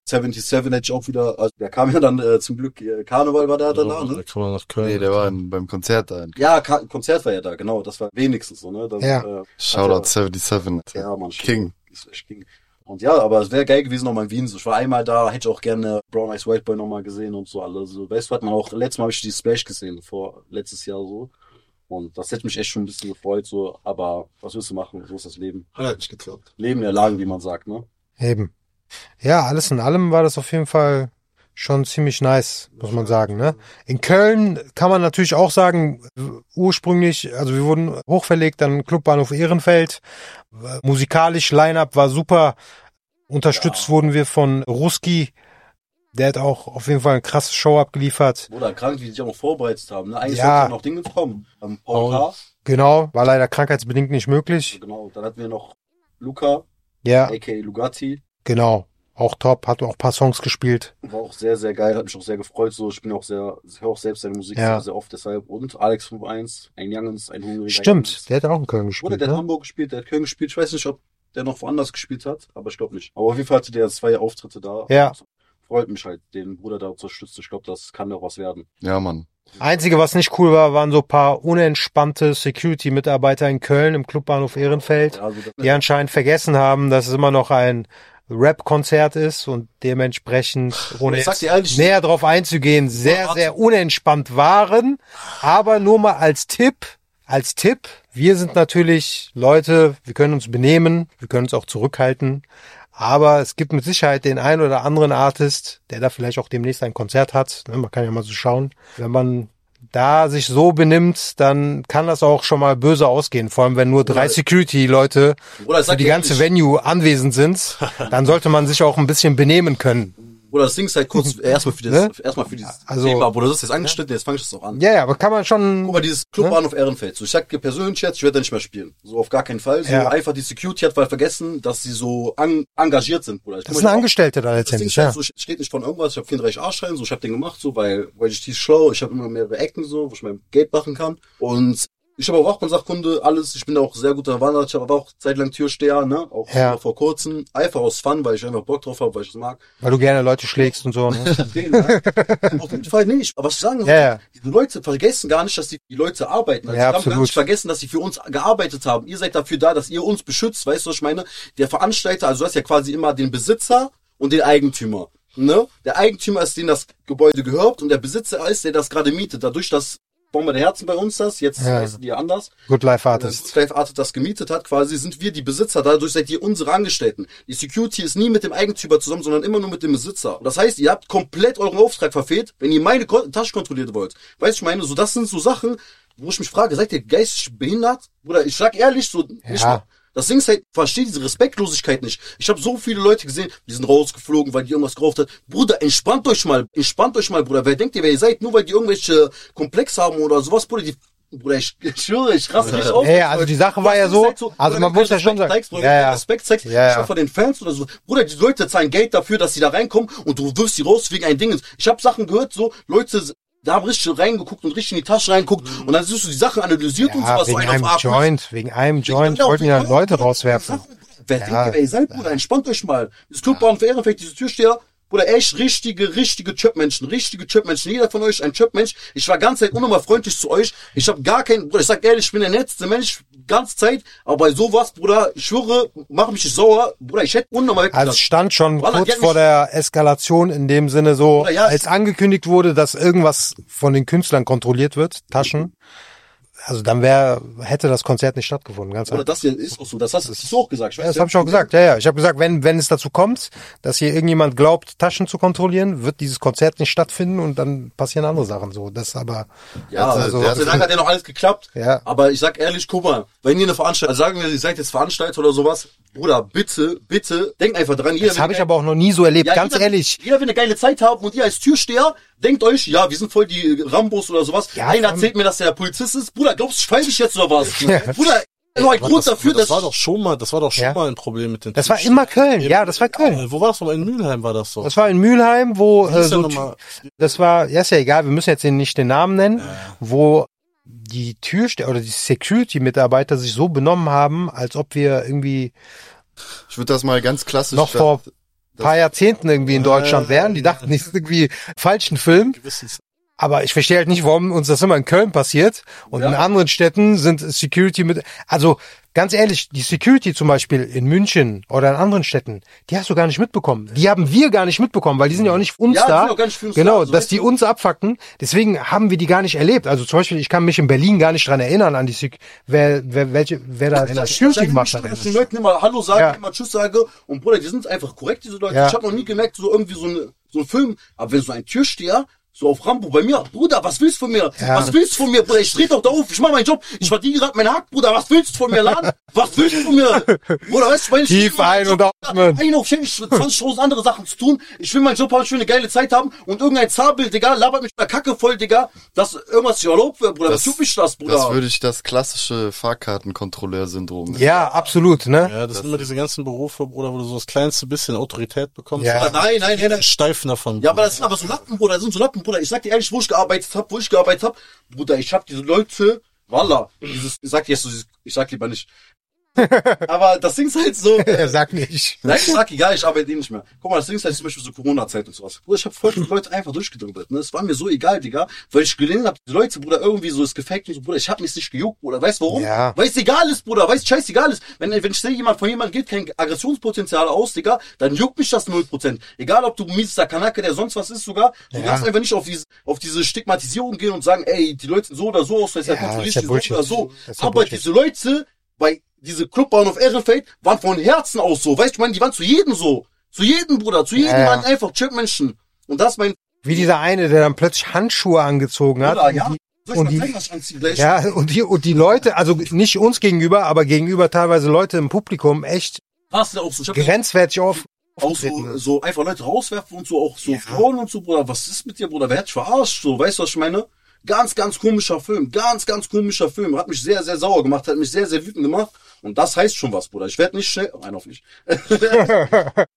Speaker 3: 77 hätte ich auch wieder, also der kam ja dann äh, zum Glück, äh, Karneval war da danach, ne?
Speaker 5: Also, Da kann man nach Köln.
Speaker 4: Nee, der war in, beim Konzert da.
Speaker 3: Ja, Ka Konzert war ja da, genau. Das war wenigstens so, ne? Das,
Speaker 2: Ja.
Speaker 3: Äh,
Speaker 4: Shoutout 77.
Speaker 3: ja, Mann. stimmt.
Speaker 4: King.
Speaker 3: Das ist echt King. Und ja, aber es wäre geil gewesen nochmal in Wien. So, ich war einmal da, hätte ich auch gerne Brown Eyes White Boy nochmal gesehen und so alles. So, weißt du, hat man auch, letztes Mal habe ich die Splash gesehen, vor letztes Jahr so. Und das hätte mich echt schon ein bisschen gefreut, so. Aber was willst du machen? So ist das Leben.
Speaker 6: Hat halt nicht geklappt.
Speaker 3: Leben der Lagen, wie man sagt, ne?
Speaker 2: eben. Ja, alles in allem war das auf jeden Fall schon ziemlich nice, muss man sagen. Ne? In Köln kann man natürlich auch sagen, ursprünglich, also wir wurden hochverlegt an Clubbahnhof Ehrenfeld. Musikalisch, Line-Up war super. Unterstützt wurden wir von Ruski. Der hat auch auf jeden Fall eine krasse Show abgeliefert.
Speaker 3: Oder krank, wie die sich auch noch vorbereitet haben, ne? Eigentlich
Speaker 2: Ja.
Speaker 3: sollten noch Dinge kommen. Ähm, Paul K.
Speaker 2: Genau, war leider krankheitsbedingt nicht möglich.
Speaker 3: Genau. Dann hatten wir noch Luca,
Speaker 2: Ja,
Speaker 3: aka Lugatti.
Speaker 2: genau. Auch top, hat auch ein paar Songs gespielt.
Speaker 3: War auch sehr, sehr geil, hat mich auch sehr gefreut. So, ich bin auch sehr, ich höre auch selbst seine Musik
Speaker 2: Ja.
Speaker 3: sehr, sehr oft deshalb. Und Alex 51, ein Youngens, ein hungriger Youngens.
Speaker 2: Stimmt, der hat auch in Köln
Speaker 3: Oder
Speaker 2: gespielt.
Speaker 3: der hat
Speaker 2: Ne?
Speaker 3: Hamburg gespielt, der hat Köln gespielt. Ich weiß nicht, ob der noch woanders gespielt hat, aber ich glaube nicht. Aber auf jeden Fall hatte der zwei Auftritte da. Also,
Speaker 2: Ja.
Speaker 3: Freut mich halt, den Bruder da zu unterstützen. Ich glaube, das kann doch was werden.
Speaker 4: Ja, Mann.
Speaker 2: Einzige, was nicht cool war, waren so ein paar unentspannte Security-Mitarbeiter in Köln im Clubbahnhof Ehrenfeld,
Speaker 3: Ja, also das,
Speaker 2: die anscheinend vergessen haben, dass es immer noch ein Rap-Konzert ist und dementsprechend, ohne
Speaker 3: Ich sag
Speaker 2: jetzt
Speaker 3: dir ehrlich,
Speaker 2: näher drauf einzugehen, sehr,
Speaker 3: Warte.
Speaker 2: sehr unentspannt waren. Aber nur mal als Tipp, als Tipp, wir sind natürlich Leute, wir können uns benehmen, wir können uns auch zurückhalten. Aber es gibt mit Sicherheit den einen oder anderen Artist, der da vielleicht auch demnächst ein Konzert hat. ne, Man kann ja mal so schauen. Wenn man da sich so benimmt, dann kann das auch schon mal böse ausgehen. Vor allem, wenn nur drei
Speaker 3: Ja.
Speaker 2: Security-Leute
Speaker 3: Bruder, ich
Speaker 2: für
Speaker 3: Äh, sag
Speaker 2: die
Speaker 3: dir
Speaker 2: ganze
Speaker 3: ehrlich,
Speaker 2: Venue anwesend
Speaker 3: (laughs)
Speaker 2: sind, dann sollte man sich auch ein bisschen benehmen können.
Speaker 3: Bruder, das Ding ist halt kurz,
Speaker 2: (laughs)
Speaker 3: erstmal für das, erstmal für dieses
Speaker 2: Also-
Speaker 3: Thema, Bruder, das ist jetzt angeschnitten, jetzt fang ich das auch an.
Speaker 2: Ja, ja, aber kann man schon
Speaker 3: Guck mal, dieses Clubbahnhof Ehrenfeld. So, ich sag dir persönlich jetzt, ich werde da nicht mehr spielen. So, auf gar keinen Fall. So,
Speaker 2: Ja.
Speaker 3: einfach die Security hat mal vergessen, dass sie so an, engagiert sind, Bruder. Ich
Speaker 2: Das sind Angestellte da
Speaker 3: Das Ding
Speaker 2: letztendlich,
Speaker 3: ist halt
Speaker 2: ja.
Speaker 3: so, ich rede nicht von irgendwas, ich habe 34 Arschreiben, so, ich habe den gemacht, so, weil, weil ich die schlau, ich habe immer mehrere Ecken, so, wo ich mein Geld machen kann. Und ich habe auch Wachmannsachkunde, alles, ich bin auch sehr guter Wanderer, ich habe auch zeitlang Türsteher, ne, auch
Speaker 2: Ja.
Speaker 3: vor kurzem, einfach aus Fun, weil ich einfach Bock drauf habe, weil ich
Speaker 2: (laughs)
Speaker 3: es mag.
Speaker 2: Weil du gerne Leute schlägst und so.
Speaker 3: (laughs)
Speaker 2: Ne?
Speaker 3: Den, ne? Auf jeden Fall nicht. Aber was ich sagen
Speaker 2: Ja, ja.
Speaker 3: diese Leute vergessen gar nicht, dass die, die Leute arbeiten. Also
Speaker 2: Ja,
Speaker 3: die haben gar
Speaker 2: absolut.
Speaker 3: nicht vergessen, dass sie für uns gearbeitet haben. Ihr seid dafür da, dass ihr uns beschützt. Weißt du, was ich meine? Der Veranstalter, also du hast ja quasi immer den Besitzer und den Eigentümer. Ne? Der Eigentümer ist, dem das Gebäude gehört und der Besitzer ist, der das gerade mietet. Dadurch, dass Bomber der Herzen bei uns das, jetzt
Speaker 2: Ja.
Speaker 3: heißen die ja anders,
Speaker 2: Good Life
Speaker 3: das
Speaker 2: Artist.
Speaker 3: Slave Art Äh, das gemietet hat, quasi sind wir die Besitzer, dadurch seid ihr unsere Angestellten. Die Security ist nie mit dem Eigentümer zusammen, sondern immer nur mit dem Besitzer. Das heißt, ihr habt komplett euren Auftrag verfehlt, wenn ihr meine Ko Tasche kontrolliert wollt. Weißt du, ich meine, so das sind so Sachen, wo ich mich frage, seid ihr geistig behindert? Oder ich sag ehrlich, so nicht
Speaker 2: Ja.
Speaker 3: mal. Das Ding ist halt, ich verstehe diese Respektlosigkeit nicht. Ich habe so viele Leute gesehen, die sind rausgeflogen, weil die irgendwas geraucht hat. Bruder, entspannt euch mal, entspannt euch mal, Bruder. Wer denkt ihr, wer ihr seid, nur weil die irgendwelche Komplexe haben oder sowas, Bruder, die, Bruder, ich, ich schwöre, ich raste nicht auf.
Speaker 2: Ja, ja, also die Sache war ja
Speaker 3: Das ist
Speaker 2: so-
Speaker 3: halt
Speaker 2: also
Speaker 3: Bruder,
Speaker 2: man
Speaker 3: wenn du
Speaker 2: muss ja
Speaker 3: keinen
Speaker 2: schon sagen-
Speaker 3: Respekt zeigst, Bruder,
Speaker 2: Ja,
Speaker 3: wenn du
Speaker 2: ja.
Speaker 3: Respekt zeigst,
Speaker 2: Ja,
Speaker 3: nicht
Speaker 2: ja.
Speaker 3: mal von den Fans oder so. Bruder, die Leute zahlen Geld dafür, dass sie da reinkommen und du wirfst sie raus wegen ein Dingens. Ich habe Sachen gehört, so Leute Da haben richtig reingeguckt und richtig in die Tasche reingeguckt und dann siehst du die Sachen analysiert und
Speaker 2: Mhm. Ja,
Speaker 3: sowas. so
Speaker 2: wegen
Speaker 3: einen auf
Speaker 2: einem
Speaker 3: Art-
Speaker 2: Joint, wegen einem
Speaker 3: Genau,
Speaker 2: Joint wollten die dann
Speaker 3: genau.
Speaker 2: Leute rauswerfen.
Speaker 3: Wer
Speaker 2: Ja.
Speaker 3: denkt, ey, seid Bruder, entspannt euch mal. Das Clubbahn für Ehrenfeld, diese Türsteher, Bruder, echt richtige, richtige Chöpmenschen, richtige Chöpmenschen. Jeder von euch ein Chöpmensch. Ich war
Speaker 2: (laughs)
Speaker 3: ganze Zeit unnormal freundlich zu euch. Ich habe gar keinen, Bruder, ich sag ehrlich, ich bin der netteste Mensch, ganze Zeit. Aber bei sowas, Bruder, ich schwöre, mach mich nicht sauer. Bruder, ich hätte unnormal
Speaker 2: Also
Speaker 3: weggedacht.
Speaker 2: es stand schon
Speaker 3: Wallah, die
Speaker 2: kurz
Speaker 3: hat
Speaker 2: vor
Speaker 3: mich-
Speaker 2: der Eskalation in dem Sinne so,
Speaker 3: Oder ja,
Speaker 2: als angekündigt wurde, dass irgendwas von den Künstlern kontrolliert wird, Taschen. Also dann wäre, hätte das Konzert nicht stattgefunden, ganz
Speaker 3: Oder
Speaker 2: einfach.
Speaker 3: das hier ist auch so. Das hast das hast du auch gesagt. Ich
Speaker 2: Ja,
Speaker 3: weiß
Speaker 2: das
Speaker 3: ja.
Speaker 2: habe ich auch gesagt. Ja, ja. Ich habe gesagt, wenn, wenn es dazu kommt, dass hier irgendjemand glaubt, Taschen zu kontrollieren, wird dieses Konzert nicht stattfinden und dann passieren andere Sachen so. Das aber
Speaker 3: Ja,
Speaker 4: Also,
Speaker 3: also,
Speaker 4: der
Speaker 3: Gott sei
Speaker 4: hat-
Speaker 3: Dank hat ja noch alles geklappt.
Speaker 2: Ja.
Speaker 3: Aber ich sag ehrlich, guck mal, wenn ihr eine Veranstaltung, also sagen wir, ihr seid jetzt Veranstalter oder sowas, Bruder, bitte, bitte, denkt einfach dran. Jeder
Speaker 2: das
Speaker 3: will
Speaker 2: habe ich
Speaker 3: geil-
Speaker 2: aber auch noch nie so erlebt,
Speaker 3: Ja,
Speaker 2: ganz
Speaker 3: jeder,
Speaker 2: ehrlich.
Speaker 3: Jeder will eine geile Zeit haben und ihr als Türsteher denkt euch, ja, wir sind voll die Rambos oder sowas.
Speaker 2: Ja,
Speaker 3: Einer
Speaker 2: komm.
Speaker 3: erzählt mir, dass der Polizist ist. Bruder, glaubst du, ich fall dich jetzt oder was? Bruder, nur
Speaker 5: Aber
Speaker 3: ein Grund
Speaker 5: das,
Speaker 3: dafür,
Speaker 5: das
Speaker 3: dass...
Speaker 5: war doch schon mal, das war doch schon
Speaker 2: Ja.
Speaker 5: mal ein Problem mit den
Speaker 2: Das war
Speaker 5: Türstehern.
Speaker 2: immer Köln. Ja, das war Köln.
Speaker 5: Äh, Wo war das nochmal? In Mülheim war das so.
Speaker 2: Das war in Mülheim, wo
Speaker 5: Wie hieß
Speaker 2: äh,
Speaker 5: der
Speaker 2: so
Speaker 5: nochmal?
Speaker 2: Ty- das war, ja ist ja egal, wir müssen jetzt den- nicht den Namen nennen, wo die Türsteher oder die Security-Mitarbeiter sich so benommen haben, als ob wir irgendwie
Speaker 4: Ich würde das mal ganz klassisch.
Speaker 2: noch vor ein paar Jahrzehnten irgendwie in Deutschland wären. Die dachten, das ist irgendwie falschen Film.
Speaker 5: Gewissens-
Speaker 2: Aber ich verstehe halt nicht, warum uns das immer in Köln passiert und in anderen Städten sind Security mit, also ganz ehrlich, die Security zum Beispiel in München oder in anderen Städten, die hast du gar nicht mitbekommen. Die haben wir gar nicht mitbekommen, weil die sind ja auch nicht für uns
Speaker 3: Ja, die
Speaker 2: da.
Speaker 3: sind auch gar nicht für uns da,
Speaker 2: genau,
Speaker 3: so
Speaker 2: dass
Speaker 3: ist
Speaker 2: die uns abfacken. Deswegen haben wir die gar nicht erlebt. Also zum Beispiel, ich kann mich in Berlin gar nicht dran erinnern an die Sec wer, wer, welche, wer da Security
Speaker 3: Sag
Speaker 2: gemacht
Speaker 3: nicht,
Speaker 2: hat.
Speaker 3: Dass ich den Leuten immer Hallo sage,
Speaker 2: Ja.
Speaker 3: immer Tschüss sage. Und Bruder, die sind einfach korrekt, diese Leute.
Speaker 2: Ja.
Speaker 3: Ich habe noch nie gemerkt, so irgendwie so, eine, so ein Film. Aber wenn so ein Türsteher so auf Rambo bei mir, Bruder, was willst du von mir?
Speaker 2: Ja.
Speaker 3: Was willst du von mir, Bruder? Ich trete doch da auf, ich mache meinen Job. Ich verdiene gerade meinen Hack, Bruder. Was willst du von mir, Laden? Was willst du von mir? Bruder, weißt du, weil ich
Speaker 2: Tief ein und
Speaker 3: Bruder,
Speaker 2: ausatmen.
Speaker 3: Ein auf Schild, ich hab 20.000 andere Sachen zu tun. Ich will meinen Job haben, ich will eine geile Zeit haben. Und irgendein Zabel, Digga, labert mich mit einer Kacke voll, Digga, dass irgendwas sich erlaubt wird, Bruder.
Speaker 4: Das-
Speaker 3: was tut mich das, Bruder?
Speaker 4: Das würde ich das klassische Fahrkartenkontrolleur-Syndrom nennen.
Speaker 2: Ja, absolut, ne?
Speaker 5: Ja, das, sind immer diese ganzen Berufe, Bruder, wo du so das kleinste bisschen Autorität bekommst.
Speaker 2: Ja.
Speaker 5: Da
Speaker 3: nein, nein, nein, nein.
Speaker 5: Steifen davon.
Speaker 3: Ja, aber das sind aber so Lappen, Bruder. Das sind so Lappen, Bruder. Ich sag dir ehrlich, wo ich gearbeitet hab, wo ich gearbeitet hab, Bruder, ich hab diese Leute, Wallah, dieses, ich sag dir jetzt so, dieses- ich sag lieber nicht. aber das Ding ist halt so, (laughs)
Speaker 2: Er sagt nicht.
Speaker 3: nein, ich sag egal, ich arbeite eh nicht mehr. Guck mal, das Ding ist halt zum Beispiel so Corona-Zeit und sowas. Bruder, ich hab voll viele
Speaker 2: Hm.
Speaker 3: Leute einfach durchgedrückt, ne? Es war mir so egal, Digga, weil ich gelernt hab, die Leute, Bruder, irgendwie so, ist gefaked und so, Bruder, ich hab mich nicht gejuckt, Bruder. Weißt du warum?
Speaker 2: Ja.
Speaker 3: Weil es egal ist, Bruder, weil es scheißegal ist. Wenn, wenn ich sehe, jemand von jemandem geht kein Aggressionspotenzial aus, Digga, dann juckt mich das 0%. Egal, ob du miesester Kanake, der sonst was ist sogar, du darfst einfach nicht auf diese, auf diese Stigmatisierung gehen und sagen, ey, die Leute sind so oder so aus, das ist ja,
Speaker 2: Ja,
Speaker 3: kontrolliert,
Speaker 2: ist ja
Speaker 3: die sind
Speaker 2: Bullshit.
Speaker 3: so oder so.
Speaker 2: Das ist ja
Speaker 3: Aber
Speaker 2: Bullshit.
Speaker 3: diese Leute, bei diese Clubbahnhof Ehrenfeld, waren von Herzen aus so. Weißt du, ich meine, die waren zu jedem so. Zu jedem, Bruder, zu jedem
Speaker 2: Ja, ja.
Speaker 3: waren einfach Chipmenschen. Und das mein,
Speaker 2: Wie dieser eine, der dann plötzlich Handschuhe angezogen hat.
Speaker 3: Bruder,
Speaker 2: und
Speaker 3: ja.
Speaker 2: die-
Speaker 3: Soll ich
Speaker 2: und
Speaker 3: mal
Speaker 2: die-
Speaker 3: zeigen, was ich anziehe gleich?
Speaker 2: Ja, und die, und die Leute, also nicht uns gegenüber, aber gegenüber teilweise Leute im Publikum echt
Speaker 3: Warst du da auch so? Ich hab
Speaker 2: grenzwertig auf.
Speaker 3: auch so,
Speaker 2: auftreten. ne?
Speaker 3: so einfach Leute rauswerfen und so, auch so Frauen und so, Bruder, was ist mit dir, Bruder? Wer hat dich verarscht? So, weißt du, was ich meine? Ganz, ganz komischer Film, ganz, ganz komischer Film. Hat mich sehr, sehr sauer gemacht, hat mich sehr, sehr wütend gemacht. Und das heißt schon was, Bruder. Ich werde nicht schnell. Nein,
Speaker 2: (laughs)
Speaker 3: auf nicht. (laughs)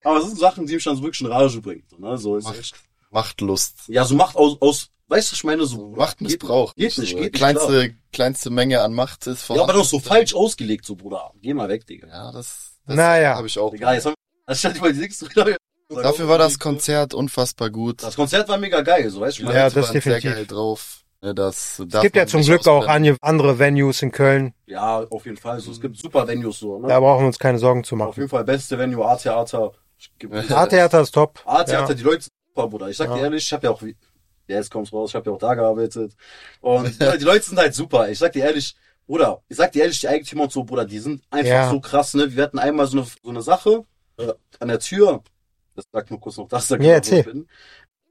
Speaker 3: Aber es sind Sachen, die mich dann so wirklich in Rage bringen. So, ne? so ist echt.
Speaker 4: Macht Lust.
Speaker 3: Ja, so macht aus, aus, weißt du, was ich meine, so.
Speaker 4: Machtmissbrauch.
Speaker 3: Geht, geht nicht, geht nicht. klar.
Speaker 4: kleinste, kleinste Menge an Macht ist
Speaker 3: Ja, aber
Speaker 4: vorhanden.
Speaker 3: doch so falsch ausgelegt, so, Bruder. Geh mal weg, Digga.
Speaker 4: Ja, das, das
Speaker 2: Naja.
Speaker 4: habe ich auch.
Speaker 3: Egal, jetzt haben wir. Also, stell dich mal die nächste Frage.
Speaker 4: Dafür war
Speaker 2: ne?
Speaker 4: das Konzert unfassbar gut.
Speaker 3: Das Konzert war mega geil, so, weißt du,
Speaker 4: Die
Speaker 3: ich meine.
Speaker 4: Leute
Speaker 2: Ja, das
Speaker 4: waren
Speaker 2: definitiv.
Speaker 4: Sehr geil drauf. Ja, Das
Speaker 2: Es gibt ja zum Glück auch ange- andere Venues in Köln.
Speaker 3: Ja, auf jeden Fall, so. Es gibt super Venues, so, ne?
Speaker 2: Da brauchen wir uns keine Sorgen zu
Speaker 3: Auf
Speaker 2: machen.
Speaker 3: jeden Fall beste Venue, A-Theater. Ich geb-
Speaker 2: A-Theater ist top.
Speaker 3: A-Theater,
Speaker 2: Ja.
Speaker 3: die Leute sind super, Bruder. Ich sag dir ehrlich, ich hab ja auch, wie- ja, jetzt kommt's raus, ich hab ja auch da gearbeitet.
Speaker 2: (laughs)
Speaker 3: Und Bruder, die Leute sind halt super. Ich sag dir ehrlich, Bruder, ich sag dir ehrlich, die Eigentümer und so, Bruder, die sind einfach
Speaker 2: Ja.
Speaker 3: so krass, ne? Wir hatten einmal so eine, so eine Sache äh, an der Tür. Das sagt nur kurz noch das, sagt
Speaker 2: Ja, erzähl.
Speaker 3: bin.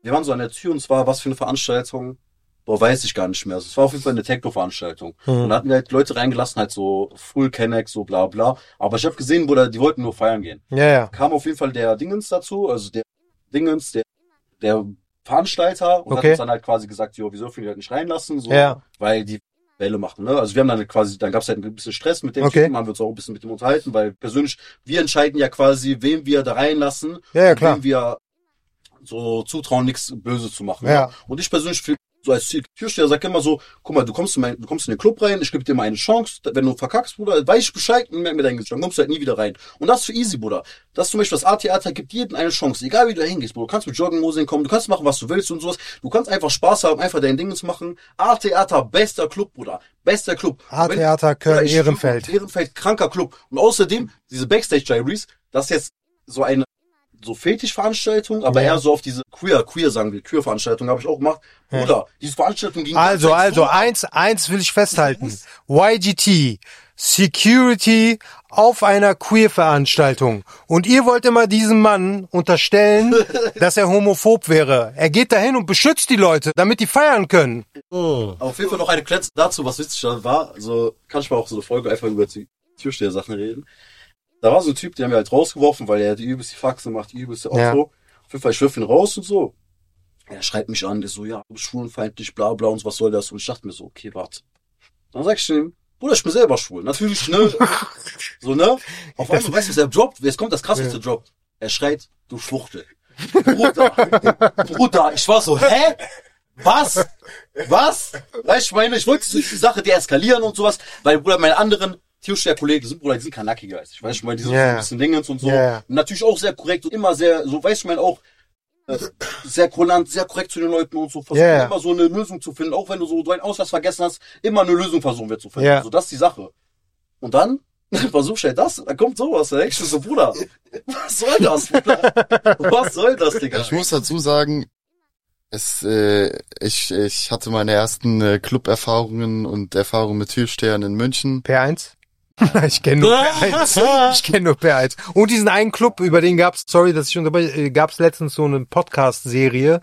Speaker 3: Wir waren so an der Tür und zwar, was für eine Veranstaltung? Boah, weiß ich gar nicht mehr. Also, es war auf jeden Fall eine Techno-Veranstaltung. Und da hatten wir halt Leute reingelassen, halt so Full Kennex, so bla bla. Aber ich hab gesehen, Bruder, die wollten nur feiern gehen
Speaker 2: Ja, ja.
Speaker 3: kam auf jeden Fall der Dingens dazu, also der Dingens, der, der Veranstalter und
Speaker 2: Okay.
Speaker 3: hat uns dann halt quasi gesagt, jo, wieso dürfen die halt nicht reinlassen, so,
Speaker 2: Ja.
Speaker 3: weil die Welle machen, ne? Also wir haben dann quasi, dann gab's halt ein bisschen Stress mit dem
Speaker 2: Okay.
Speaker 3: Typen, haben wir uns auch ein bisschen mit dem unterhalten, weil persönlich, wir entscheiden ja quasi, wen wir da reinlassen,
Speaker 2: Ja, ja, klar.
Speaker 3: wem wir so zutrauen, nichts Böses zu machen.
Speaker 2: Ja.
Speaker 3: Und ich persönlich so als Ziel. Türsteher sagt immer so, guck mal, du kommst in, mein, du kommst in den Club rein, ich gebe dir mal eine Chance, wenn du verkackst, Bruder, weiß ich Bescheid und merk mir dein Gesicht, dann kommst du halt nie wieder rein. Und das ist für easy, Bruder. Das ist zum Beispiel das A-Theater, gibt jedem eine Chance, egal wie du hingehst, Bruder. Du kannst mit Jogginghosen kommen, du kannst machen, was du willst und sowas. Du kannst einfach Spaß haben, einfach dein Ding zu machen. A-Theater, bester Club, Bruder. Bester Club. Wenn-
Speaker 2: A-Theater
Speaker 3: Bruder,
Speaker 2: Köln
Speaker 3: ich-
Speaker 2: Ehrenfeld.
Speaker 3: Ehrenfeld, kranker Club. Und außerdem, diese Backstage Diaries, das ist jetzt so eine so Fetischveranstaltung, aber
Speaker 2: Ja.
Speaker 3: eher so auf diese queer, queer sagen wir, queer Veranstaltung habe ich auch gemacht. Bruder, diese Veranstaltung ging
Speaker 2: Also,
Speaker 3: ganz
Speaker 2: also,
Speaker 3: so-
Speaker 2: eins, eins will ich festhalten. YGT, Security auf einer Queer-Veranstaltung. Und ihr wollt immer diesem Mann
Speaker 3: (laughs)
Speaker 2: unterstellen, dass er homophob wäre. Er geht dahin und beschützt die Leute, damit die feiern können.
Speaker 5: Oh.
Speaker 3: Aber auf jeden Fall noch eine Kletze dazu, was witzig daran war. Also kann ich mal auch so eine Folge einfach über die Türsteher-Sachen reden. Da war so ein Typ, den haben wir halt rausgeworfen, weil er die übelste Faxe macht, die übelste Otto.
Speaker 2: Ja.
Speaker 3: Auf jeden Fall, ich wirf ihn raus und so. Er schreibt mich an, ist so, ja, du bist schwulenfeindlich, bla bla und so, was soll das? Und ich dachte mir so, okay, warte. Dann sag ich ihm, Bruder, ich bin selber schwul. Natürlich, ne? so, ne? Auf einmal, weißt du, was er droppt? Jetzt kommt das krasseste Drop. Er schreit, du Schwuchtel. Bruder, (laughs) Bruder, ich war so, hä? Was? Was? Weißt du, ich meine, ich wollte so die Sache deeskalieren und sowas, weil, Bruder, meine anderen Türsteher-Kollegen sind, Bruder, die sind kanackiger als ich. Weißt du, ich meine, die sind
Speaker 2: Ja.
Speaker 3: so ein bisschen Dingens und so.
Speaker 2: Ja.
Speaker 3: Natürlich auch sehr korrekt und immer sehr, so, weißt du, ich meine, auch äh, sehr kulant, sehr korrekt zu den Leuten und so. Versuchen
Speaker 2: Ja.
Speaker 3: immer so eine Lösung zu finden, auch wenn du so deinen Ausweis vergessen hast, immer eine Lösung versuchen wir zu finden.
Speaker 2: Ja.
Speaker 3: So, das ist die Sache. Und dann (laughs) versuchst du halt das, dann kommt sowas, ey. Ich so, Bruder, was soll das, Bruder? Was soll das, Digga?
Speaker 4: Ich muss dazu sagen, es, äh, ich, ich hatte meine ersten äh, Club-Erfahrungen und Erfahrungen mit Türstehern in München.
Speaker 2: P1? (laughs) Ich kenne nur
Speaker 5: Ah,
Speaker 2: P1. Ich kenne nur P1. Und diesen einen Club, über den gab's, sorry, dass ich unterbreche, äh, gab's letztens so eine Podcast-Serie,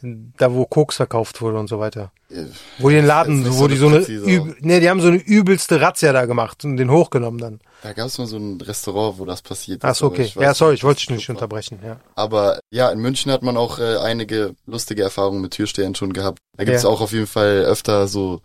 Speaker 2: da wo Koks verkauft wurde und so weiter.
Speaker 4: Äh,
Speaker 2: Wo die den Laden,
Speaker 4: Ist nicht
Speaker 2: wo
Speaker 4: so
Speaker 2: die so eine,
Speaker 4: präzise, aber-
Speaker 2: üb, nee, die haben so eine übelste Razzia da gemacht und den hochgenommen dann.
Speaker 4: Da gab es mal so ein Restaurant, wo das passiert
Speaker 2: Ach so,
Speaker 4: aber
Speaker 2: okay.
Speaker 4: ich weiß
Speaker 2: Ja, sorry, ich
Speaker 4: ob
Speaker 2: wollte
Speaker 4: das
Speaker 2: dich nicht
Speaker 4: Club war.
Speaker 2: unterbrechen, ja.
Speaker 4: Aber ja, in München hat man auch äh, einige lustige Erfahrungen mit Türstehern schon gehabt. Da gibt es
Speaker 2: Ja.
Speaker 4: auch auf jeden Fall öfter so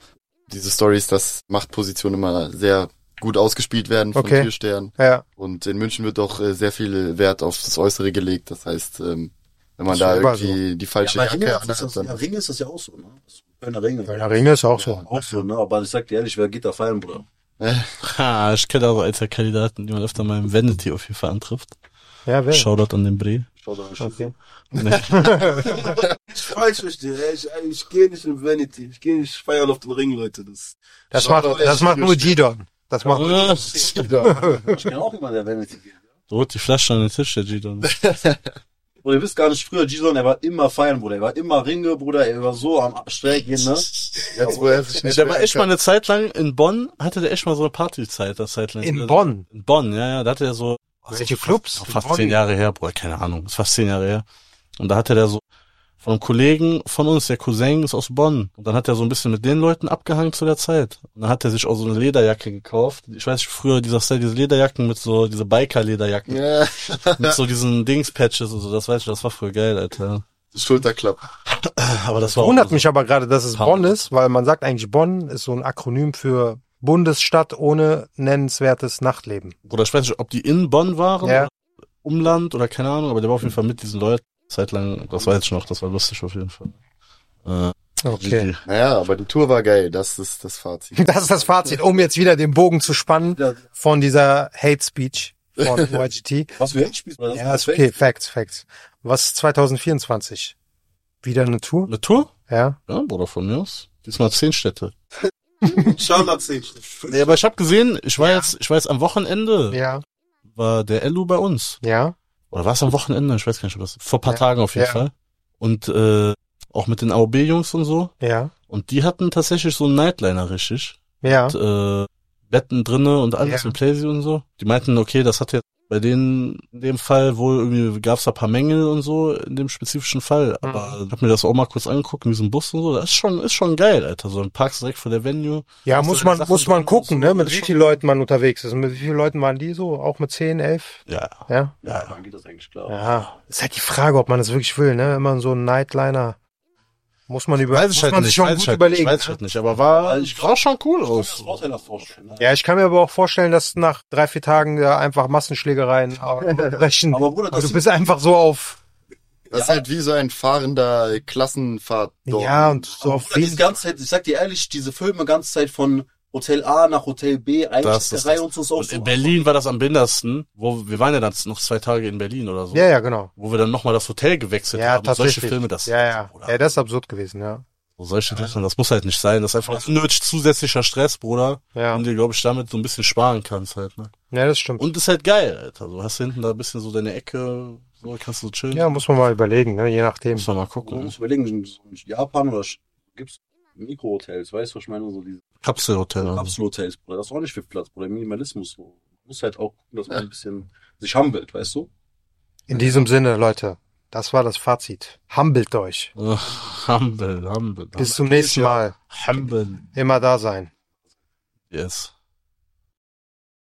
Speaker 4: diese Stories, dass Machtpositionen immer sehr gut ausgespielt werden von
Speaker 2: Okay.
Speaker 4: Türstehern.
Speaker 2: Ja,
Speaker 4: Und in München wird auch äh, sehr viel Wert auf das Äußere gelegt. Das heißt, ähm, wenn man
Speaker 2: Ist
Speaker 4: da
Speaker 2: überall
Speaker 4: irgendwie die falsche
Speaker 3: Ja, bei Ringe,
Speaker 4: Jacke
Speaker 3: ist das,
Speaker 4: anhat,
Speaker 3: ja,
Speaker 4: (laughs) dann
Speaker 3: Ringe ist das ja auch so, ne? Kölner Ringe.
Speaker 2: Kölner Ringe ist auch so.
Speaker 3: Auch so, ne? Aber ich sag dir ehrlich, wer geht da feiern, Bruder?
Speaker 5: Ha, ich kenne also ältere Kandidaten, die man öfter mal im Vanity auf jeden Fall antrifft.
Speaker 2: Ja, wer?
Speaker 5: Shoutout an den Brie.
Speaker 3: Schau da nicht.
Speaker 5: (laughs) Nee.
Speaker 6: Ich falsch verstehe. ey. Ich, ich gehe nicht in Vanity. Ich gehe nicht feiern auf den Ring, Leute. Das,
Speaker 2: Das macht, das macht nur G-Don. Das macht,
Speaker 3: Ich kenne auch jemanden, der Vanity geht.
Speaker 5: Rot die Flasche an den Tisch, der (laughs) Gidon.
Speaker 3: Bruder, ihr wisst gar nicht, früher Gison, er war immer feiern, Bruder. Er war immer Ringe, Bruder. Er war so am Abstrecken, ne?
Speaker 4: jetzt wo er sich nicht
Speaker 5: Der war
Speaker 4: wehren
Speaker 5: echt mal
Speaker 4: kann.
Speaker 5: eine Zeit lang in Bonn, hatte der echt mal so eine Partyzeit, das Zeit lang. Also
Speaker 2: in Bonn.
Speaker 5: In Bonn, ja, ja, da hatte er so.
Speaker 2: Welche Clubs?
Speaker 5: Fast, fast
Speaker 2: In Bonn?
Speaker 5: zehn Jahre her, boah, keine Ahnung, ist fast zehn Jahre her. Und da hatte der so von einem Kollegen von uns, der Cousin ist aus Bonn. Und dann hat er so ein bisschen mit den Leuten abgehangen zu der Zeit. Und dann hat er sich auch so eine Lederjacke gekauft. Ich weiß nicht, früher dieser Style, diese Lederjacken mit so, diese Biker-Lederjacken.
Speaker 4: (laughs) Ja,
Speaker 5: Mit so diesen Dings-Patches und so, das weiß ich, das war früher geil, Alter.
Speaker 4: Schulterklapp.
Speaker 5: Aber das war auch
Speaker 2: Wundert
Speaker 5: so.
Speaker 2: mich aber gerade, dass es
Speaker 5: Hammer.
Speaker 2: Bonn ist, weil man sagt eigentlich, Bonn ist so ein Akronym für Bundesstadt ohne nennenswertes Nachtleben.
Speaker 5: Oder ich weiß nicht, ob die in Bonn waren,
Speaker 2: Ja.
Speaker 5: oder Umland oder keine Ahnung, aber der war auf
Speaker 2: Hm.
Speaker 5: jeden Fall mit diesen Leuten. Zeitlang, das weiß ich noch, das war lustig auf jeden Fall. Äh,
Speaker 2: Okay.
Speaker 4: Naja, aber die Tour war geil. Das ist das
Speaker 2: (laughs)
Speaker 4: Fazit.
Speaker 2: Das ist das Fazit, um jetzt wieder den Bogen zu spannen von dieser Hate Speech
Speaker 3: (laughs)
Speaker 2: von YGT.
Speaker 3: Was für Hate-Spiel, Bruder. das
Speaker 2: ja, ist
Speaker 3: perfekt.
Speaker 2: okay. Facts, Facts. Was ist 2024? Wieder eine Tour?
Speaker 5: Eine Tour?
Speaker 2: Ja.
Speaker 5: Ja, Bruder, von mir aus. Diesmal zehn Städte.
Speaker 6: Schau nach 10.
Speaker 5: Nee, aber ich habe gesehen, ich war jetzt, ich war jetzt am Wochenende,
Speaker 2: Ja.
Speaker 5: war der Elu bei uns.
Speaker 2: Ja.
Speaker 5: Oder war es am Wochenende? Ich weiß gar nicht, ob das. Vor ein paar
Speaker 2: Ja.
Speaker 5: Tagen auf jeden
Speaker 2: Ja.
Speaker 5: Fall. Und äh, auch mit den AOB-Jungs und so.
Speaker 2: Ja.
Speaker 5: Und die hatten tatsächlich so einen Nightliner richtig.
Speaker 2: Ja.
Speaker 5: Mit, äh, Betten drinne und alles
Speaker 2: Ja.
Speaker 5: und Playsee und so. Die meinten, okay, das hat jetzt bei denen in dem Fall wohl irgendwie gab's da paar Mängel und so in dem spezifischen Fall. Aber ich hab mir das auch mal kurz angeguckt in diesem Bus und so. Das ist schon, ist schon geil, Alter. So ein Parks direkt vor der Venue.
Speaker 2: Ja,
Speaker 5: Hast du
Speaker 2: muss
Speaker 5: denn
Speaker 2: man,
Speaker 5: Sachen
Speaker 2: muss man
Speaker 5: drin,
Speaker 2: gucken,
Speaker 5: so
Speaker 2: ne, mit wie
Speaker 5: schon-
Speaker 2: vielen Leuten man unterwegs ist. Und mit wie vielen Leuten waren die so? Auch mit 10, 11?
Speaker 5: Ja,
Speaker 2: Ja.
Speaker 5: ja,
Speaker 3: Dann geht das eigentlich klar.
Speaker 2: Ja. Ist halt die Frage, ob man das wirklich will, ne? Immer so ein Nightliner. Muss man über,
Speaker 5: Weiß ich
Speaker 2: muss
Speaker 5: halt
Speaker 2: man
Speaker 5: nicht,
Speaker 2: sich schon
Speaker 5: weiß
Speaker 2: gut
Speaker 5: ich halt
Speaker 2: überlegen. ne?
Speaker 5: nicht, weiß ich halt nicht, aber war,
Speaker 3: Also ich
Speaker 5: war schon cool
Speaker 3: Das
Speaker 5: aus.
Speaker 3: braucht einer vorstellen, ne?
Speaker 2: Ja, ich kann mir aber auch vorstellen, dass nach drei, vier Tagen ja, einfach Massenschlägereien ausbrechen.
Speaker 3: Aber Bruder,
Speaker 2: Hm. Aber
Speaker 3: das
Speaker 2: du bist einfach so auf
Speaker 4: Das ist halt wie so ein fahrender Klassenfahrt.
Speaker 2: Ja, und so
Speaker 3: Aber
Speaker 2: auf
Speaker 3: Bruder, diese
Speaker 2: jeden-
Speaker 3: ganze Zeit, halt, ich sag dir ehrlich, diese Filme ganze Zeit von Hotel A nach Hotel B,
Speaker 5: Das ist
Speaker 3: Einsteckerei
Speaker 5: das.
Speaker 3: und so ist auch
Speaker 5: Und
Speaker 3: so.
Speaker 5: in Berlin war das am bindersten, wo wir waren ja dann noch zwei Tage in Berlin oder so.
Speaker 2: Ja, ja, genau.
Speaker 5: Wo wir dann nochmal das Hotel gewechselt
Speaker 2: Ja,
Speaker 5: haben.
Speaker 2: tatsächlich.
Speaker 5: Solche Filme, das,
Speaker 2: ja, ja.
Speaker 5: Bruder.
Speaker 2: Ja, das ist absurd gewesen, ja.
Speaker 5: So solche Sachen, das muss halt nicht sein. Das ist einfach unnötig zusätzlicher Stress, Bruder.
Speaker 2: Ja,
Speaker 5: Und dir, glaube ich, damit so ein bisschen sparen kannst halt, ne?
Speaker 2: ja das stimmt.
Speaker 5: Und ist halt geil, Alter. Du hast hinten da ein bisschen so deine Ecke, so kannst du chillen.
Speaker 2: Ja, muss man mal überlegen, ne? je nachdem.
Speaker 5: Muss man mal
Speaker 3: Man
Speaker 5: gucken.
Speaker 3: muss überlegen, so in Japan oder Sch- gibt's Mikrohotels, weißt du, was ich meine? So diese
Speaker 5: Kapselhotel. also.
Speaker 3: Kapselhotels, Bruder. Das ist auch nicht viel Platz, Bruder. Minimalismus. So. Man muss halt auch gucken, dass man ein bisschen sich humbelt, weißt du?
Speaker 2: In diesem Sinne, Leute, das war das Fazit. Humbelt euch.
Speaker 5: Ugh, Humble, humble.
Speaker 2: Bis zum nächsten Mal.
Speaker 5: Humble.
Speaker 2: Immer da sein.
Speaker 5: Yes.